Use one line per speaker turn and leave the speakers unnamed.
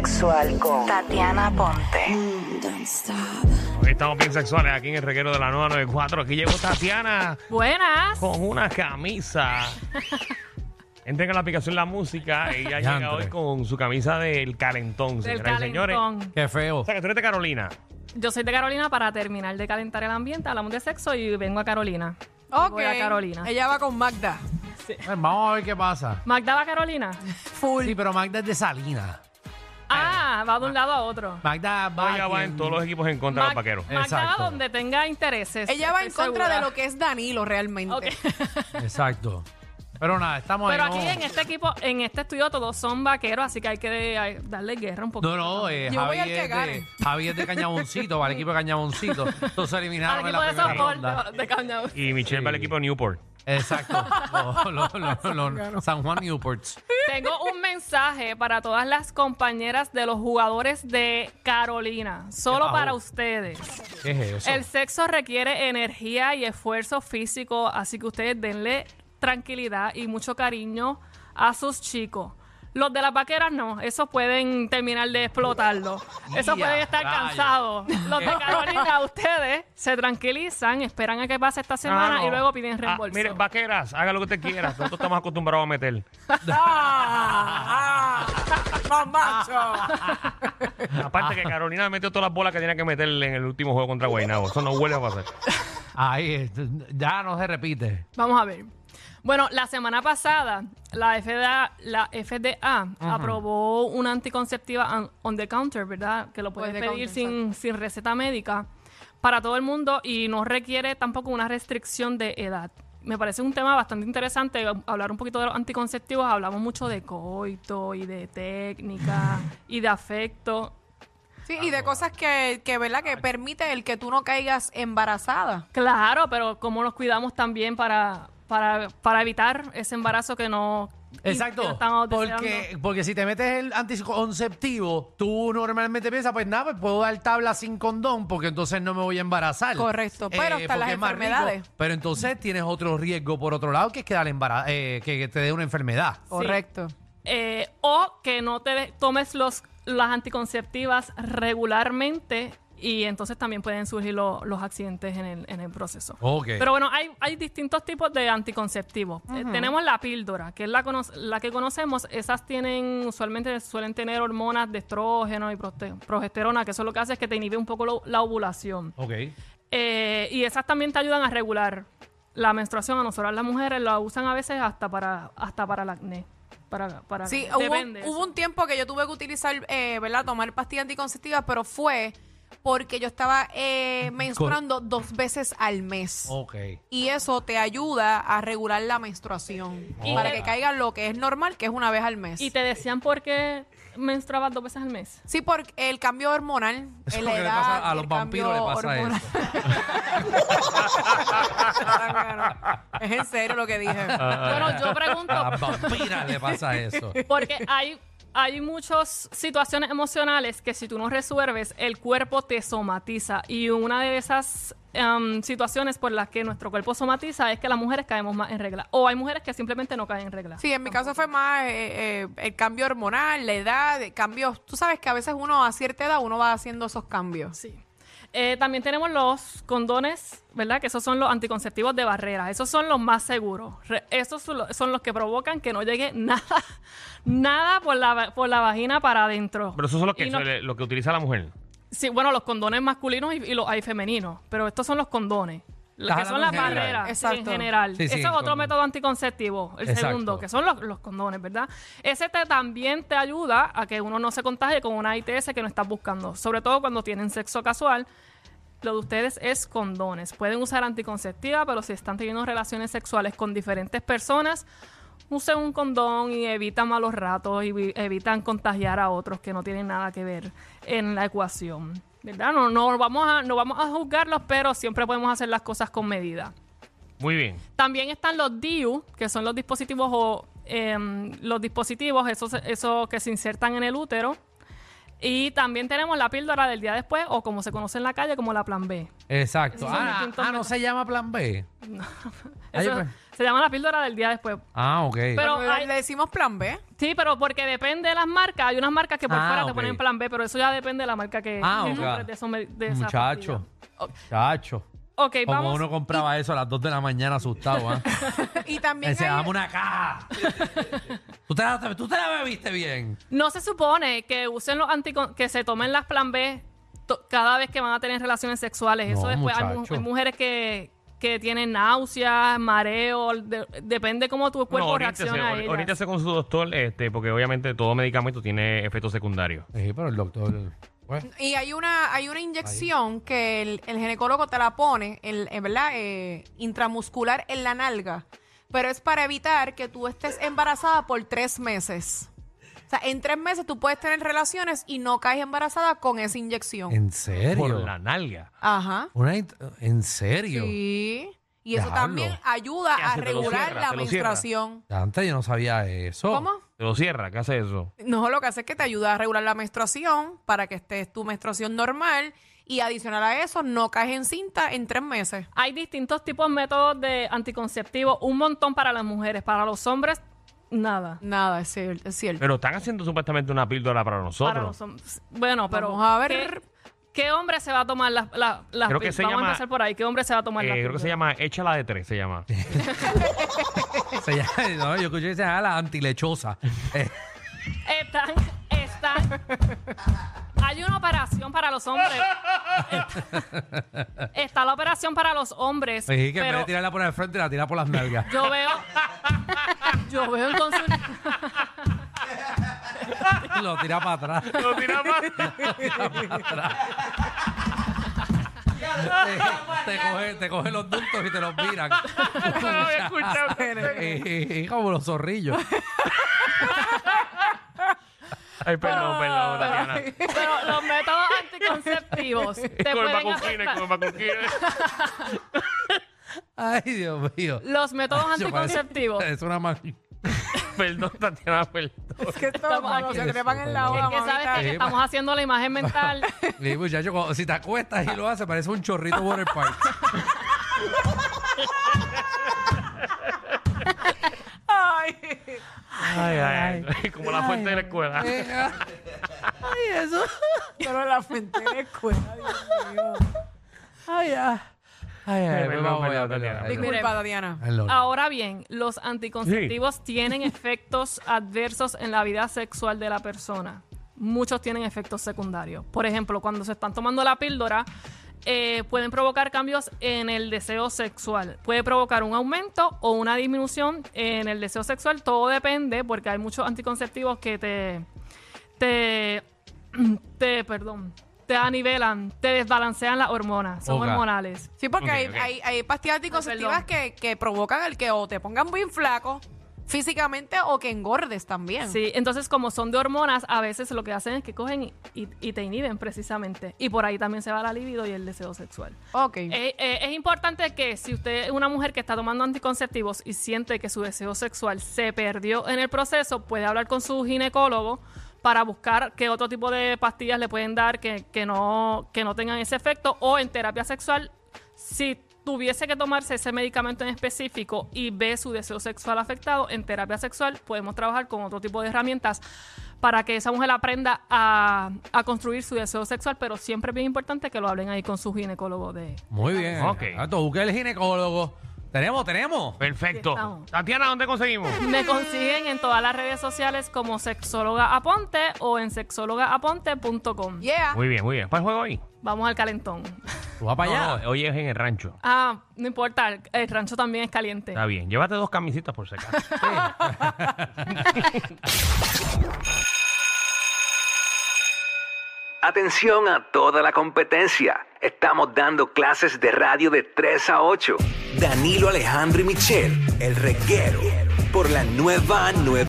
sexual con Tatiana Ponte.
Hoy estamos bien sexuales aquí en el reguero de la 994. Aquí llegó Tatiana
Buenas.
con una camisa. Entren a la aplicación La Música. Ella
Diantre.
llega hoy con su camisa del calentón,
Del
señoras y señores. O
calentón.
Qué feo.
sea, que tú eres de Carolina.
Yo soy de Carolina para terminar de calentar el ambiente. Hablamos de sexo y vengo a Carolina.
Ok.
Voy a Carolina.
Ella va con Magda.
Bueno, vamos a ver qué pasa.
Magda va a Carolina.
Full.
Sí, pero Magda es de Salina.
Ah, va de un lado a otro.
Magda va.
Ella
aquí
va en todos los equipos en contra de los
Mag-
vaqueros.
Magda va
Exacto.
donde tenga intereses.
Ella va en
Estoy
contra
segura.
de lo que es Danilo realmente.
Ok.
Exacto. Pero nada, estamos
Pero
ahí,
aquí
no,
en este equipo, en este estudio, todos son vaqueros, así que hay que hay- darle guerra un poquito.
No, no, eh,
Yo voy
Javi,
al que
es de,
gane.
Javi es de Cañaboncito, para el equipo de Cañaboncito. Entonces se
Al
eliminaron en
equipo
la
de
primera
softball
ronda.
de, de Cañabú.
Y Michelle
Sí.
va al equipo de Newport.
Exacto. Lo- lo- lo- lo- San Juan Newports.
Tengo un mensaje para todas las compañeras de los jugadores de Carolina. Solo
pasó?
para ustedes.
¿Qué es eso?
El sexo requiere energía y esfuerzo físico, así que ustedes denle tranquilidad y mucho cariño a sus chicos. Los de las vaqueras no, esos pueden terminar de explotarlo. Esos
Ya,
pueden estar
rayos.
cansados. Los de Carolina, ustedes se tranquilizan, esperan a que pase esta semana
Ah, no.
y luego piden
Ah,
reembolso.
mire, vaqueras, haga lo que usted quiera. Nosotros estamos acostumbrados a meter.
¡Ah! ¡Ah! ¡Mamacho!
Aparte
Ah.
que Carolina metió todas las bolas que tenía que meterle en el último juego contra Guaynabo. Eso no vuelve a pasar.
Ahí, este, ya no se repite.
Vamos a ver. Bueno, la semana pasada la FDA, la FDA aprobó una anticonceptiva on- on the counter, ¿verdad? Que lo puedes
On the
pedir
counter,
sin, sin receta médica para todo el mundo y no requiere tampoco una restricción de edad. Me parece un tema bastante interesante hablar un poquito de los anticonceptivos. Hablamos mucho de coito y de técnica y de afecto.
Sí, y de cosas que, que, ¿verdad? Que permite el que tú no caigas embarazada.
Claro, pero cómo nos cuidamos también para, para, para evitar ese embarazo que no... que no
Exacto.
estamos deseando.
Porque, porque si te metes el anticonceptivo, tú normalmente piensas, pues nada, pues puedo dar tabla sin condón porque entonces no me voy a embarazar. Eh,
Correcto, pero
porque
están las
es más
enfermedades.
rico. pero entonces tienes otro riesgo por otro lado que es quedar embara- eh, que que te dé una enfermedad.
Correcto.
Eh, o que no te de- tomes los, las anticonceptivas regularmente y entonces también pueden surgir lo- los accidentes en el, en el proceso.
Ok.
Pero bueno, hay, hay distintos tipos de anticonceptivos. Eh, tenemos la píldora, que es la, cono- la que conocemos. Esas tienen, usualmente suelen tener hormonas de estrógeno y proste- progesterona, que eso lo que hace es que te inhibe un poco lo- la ovulación.
Ok.
Eh, y esas también te ayudan a regular la menstruación. A nosotras las mujeres la usan a veces hasta para hasta para el acné. Para, para
Sí, hubo,
depende.
hubo un tiempo que yo tuve que utilizar, eh, ¿verdad? Tomar pastillas anticonceptivas, pero fue porque yo estaba eh, menstruando dos veces al mes.
Ok.
Y eso te ayuda a regular la menstruación.
Y
para
te-
que caiga lo que es normal, que es una vez al mes.
Y te decían por qué menstruabas dos veces al mes.
Sí, porque el cambio hormonal.
Eso es
en
lo
la
que le
edad,
pasa a
el
los vampiros, le
cambio
pasa
hormonal.
eso.
es en serio lo que dije.
Ah.
Bueno, yo pregunto
A las vampiras le pasa eso.
porque hay hay muchas situaciones emocionales que si tú no resuelves, el cuerpo te somatiza. Y una de esas em, situaciones por las que nuestro cuerpo somatiza es que las mujeres caemos más en regla. O hay mujeres que simplemente no caen en regla.
Sí, en mi caso fue más eh, eh, el cambio hormonal, la edad, eh, cambios. Tú sabes que a veces uno a cierta edad uno va haciendo esos cambios.
Sí. Eh, también tenemos los condones, ¿verdad? Que esos son los anticonceptivos de barrera. Esos son los más seguros. Re- esos son lo- son los que provocan que no llegue nada, nada por la, va- por la vagina para adentro.
Pero eso es lo que,
Y no-
suele- lo que utiliza la mujer.
sí, bueno, los condones masculinos y, y los hay femeninos. Pero estos son los condones. Los
Estás
que son
hablando
las
en general.
barreras sí, en
Exacto.
general.
Sí, sí,
Ese es
el
otro
condón.
método anticonceptivo, el
Exacto.
segundo, que son los, los condones, ¿verdad? Ese te- también te ayuda a que uno no se contagie con una ITS que no estás buscando, sobre todo cuando tienen sexo casual. Lo de ustedes es condones. Pueden usar anticonceptiva, pero si están teniendo relaciones sexuales con diferentes personas, usen un condón y evitan malos ratos y vi- evitan contagiar a otros que no tienen nada que ver en la ecuación. ¿Verdad? No, no, vamos a, no vamos a juzgarlos, pero siempre podemos hacer las cosas con medida.
Muy bien.
También están los DIU, que son los dispositivos o em, los dispositivos, esos, esos que se insertan en el útero. Y también tenemos la píldora del día después, o como se conoce en la calle, como la plan B.
Exacto.
Esos son
Ah,
distintos
ah, no
métodos.
se llama plan B. Ay,
Eso,
pues.
Se llama la píldora del día después.
Ah, ok.
Pero
Pero
hay-
le decimos plan B.
Sí, pero porque depende de las marcas. Hay unas marcas que por
Ah,
fuera
ok.
te ponen plan B, pero eso ya depende de la marca que
Ah,
que
ok.
compres de esos me- de esas
Muchacho.
pastillas.
Muchacho.
Ok,
Como
vamos.
uno compraba eso a las 2 de la mañana asustado, ¿ah?
Y también
Ese,
hay-
dame una caja. tú, te la, tú te la bebiste bien.
No se supone que usen los anticon- que se tomen las plan B to- cada vez que van a tener relaciones sexuales. Eso
No,
después hay, mu-
muchacho.
hay mujeres que, que tienen náuseas, mareo, de- depende cómo tu cuerpo
oriéntese,
reacciona Pues a
or-
ellas.
oriéntese con su doctor, este, porque obviamente todo medicamento tiene efectos secundarios.
Sí, pero el doctor. pues,
Y hay una, hay una inyección que el, el ginecólogo te la pone, el, eh, ¿verdad? Eh, intramuscular en la nalga. Pero es para evitar que tú estés embarazada por tres meses. O sea, en tres meses tú puedes tener relaciones y no caes embarazada con esa inyección.
¿En serio?
Por la nalga.
Ajá.
Una int- ¿En serio?
Sí. Y eso
Diablo.
también ayuda
¿Qué
a
hace? Te lo
regular
cierra,
la
te lo cierra.
menstruación.
Antes yo no sabía eso.
¿Cómo?
Te lo cierra, ¿qué hace eso?
No, lo que hace es que te ayuda a regular la menstruación para que estés tu menstruación normal y adicional a eso no caes en cinta en tres meses.
Hay distintos tipos de métodos de anticonceptivos, un montón para las mujeres, para los hombres, nada.
Nada, es cier- es cierto.
Pero están haciendo supuestamente una píldora para nosotros.
Para los hombres. Bueno, pero.
Vamos a ver.
¿Qué, qué hombre se va a tomar las la, las
Creo que
pil-
se
Vamos
llama-
a empezar por ahí. ¿Qué hombre se va a tomar
Eh,
las
creo que se
píldoras?
llama Échala de tres, se llama.
Se llama- no, yo escuché que se llama la antilechosa. Eh,
Están, están. Hay una operación para los hombres. Está, está la operación para los hombres.
me dije que en vez
pero
de tirarla por el frente, la tira por las nalgas.
yo veo. Yo veo en consulta.
Lo tira para atrás.
Lo tira más.
Eh, Te, te coge, te coge los ductos y te los miran.
No lo había escuchado.
Eh, como los zorrillos.
Ay, perdón, perdón, Tatiana.
Pero los métodos anticonceptivos te
Con el
pueden
vacuquines,
afectar.
con el vacuquines.
Ay, Dios mío.
Los métodos
Yo Eh, parece-
anticonceptivos.
Es una man...
Perdón, Tatiana, perdón.
Es que esto,
Estamos
mano,
aquí.
se trepan en la
Es
hora,
Es que sabes
mamita.
que
Sí,
estamos haciendo la imagen mental.
Y, muchacho, pues cuando- si te acuestas y lo haces, parece un chorrito water park.
Ay.
Ay, ay, ay. Como la fuente de la escuela.
Eh, ah. Ay, eso.
Pero la fuente de escuela, Dios mío.
Ay, ay. Ay, ay,
Perdón,
vamos,
perdón,
perdón,
Tatiana.
perdón.
Disculpa, Tatiana.
Ay, Lord.
Ahora bien, los anticonceptivos tienen efectos adversos en la vida sexual de la persona. Muchos tienen efectos secundarios. Por ejemplo, cuando se están tomando la píldora, eh, pueden provocar cambios en el deseo sexual. Puede provocar un aumento o una disminución en el deseo sexual. Todo depende porque hay muchos anticonceptivos que te... te, te perdón. Te anivelan, te desbalancean las hormonas, son
Oga.
hormonales.
Sí, porque
Ok,
hay,
ok.
hay- hay pastillas anticonceptivas
Perdón.
que, que provocan el que o te pongan bien flaco físicamente o que engordes también.
Sí, entonces como son de hormonas, a veces lo que hacen es que cogen y, y- y te inhiben precisamente. Y por ahí también se va la libido y el deseo sexual.
Ok.
Es, Eh, es- es importante que si usted es una mujer que está tomando anticonceptivos y siente que su deseo sexual se perdió en el proceso, puede hablar con su ginecólogo para buscar qué otro tipo de pastillas le pueden dar que, que no, que no tengan ese efecto o en terapia sexual si tuviese que tomarse ese medicamento en específico y ve su deseo sexual afectado, en terapia sexual podemos trabajar con otro tipo de herramientas para que esa mujer aprenda a, a construir su deseo sexual, pero siempre es bien importante que lo hablen ahí con su ginecólogo de...
Muy bien.
Ok.
Ah, tú busca el ginecólogo. Tenemos, tenemos.
Perfecto.
Estamos.
Tatiana, ¿dónde conseguimos?
Me consiguen en todas las redes sociales como sexóloga aponte o en sexólogaaponte.com.
Yeah.
Muy bien, muy bien. ¿Para el juego hoy?
Vamos al calentón.
Tú vas para allá.
No, no, hoy es en el rancho.
Ah, no importa, el- el rancho también es caliente.
Está bien. Llévate dos camisitas por si acaso.
Atención a toda la competencia. Estamos dando clases de radio de 3 a 8. Danilo Alejandro y Michel, el reguero, por la nueva nueva.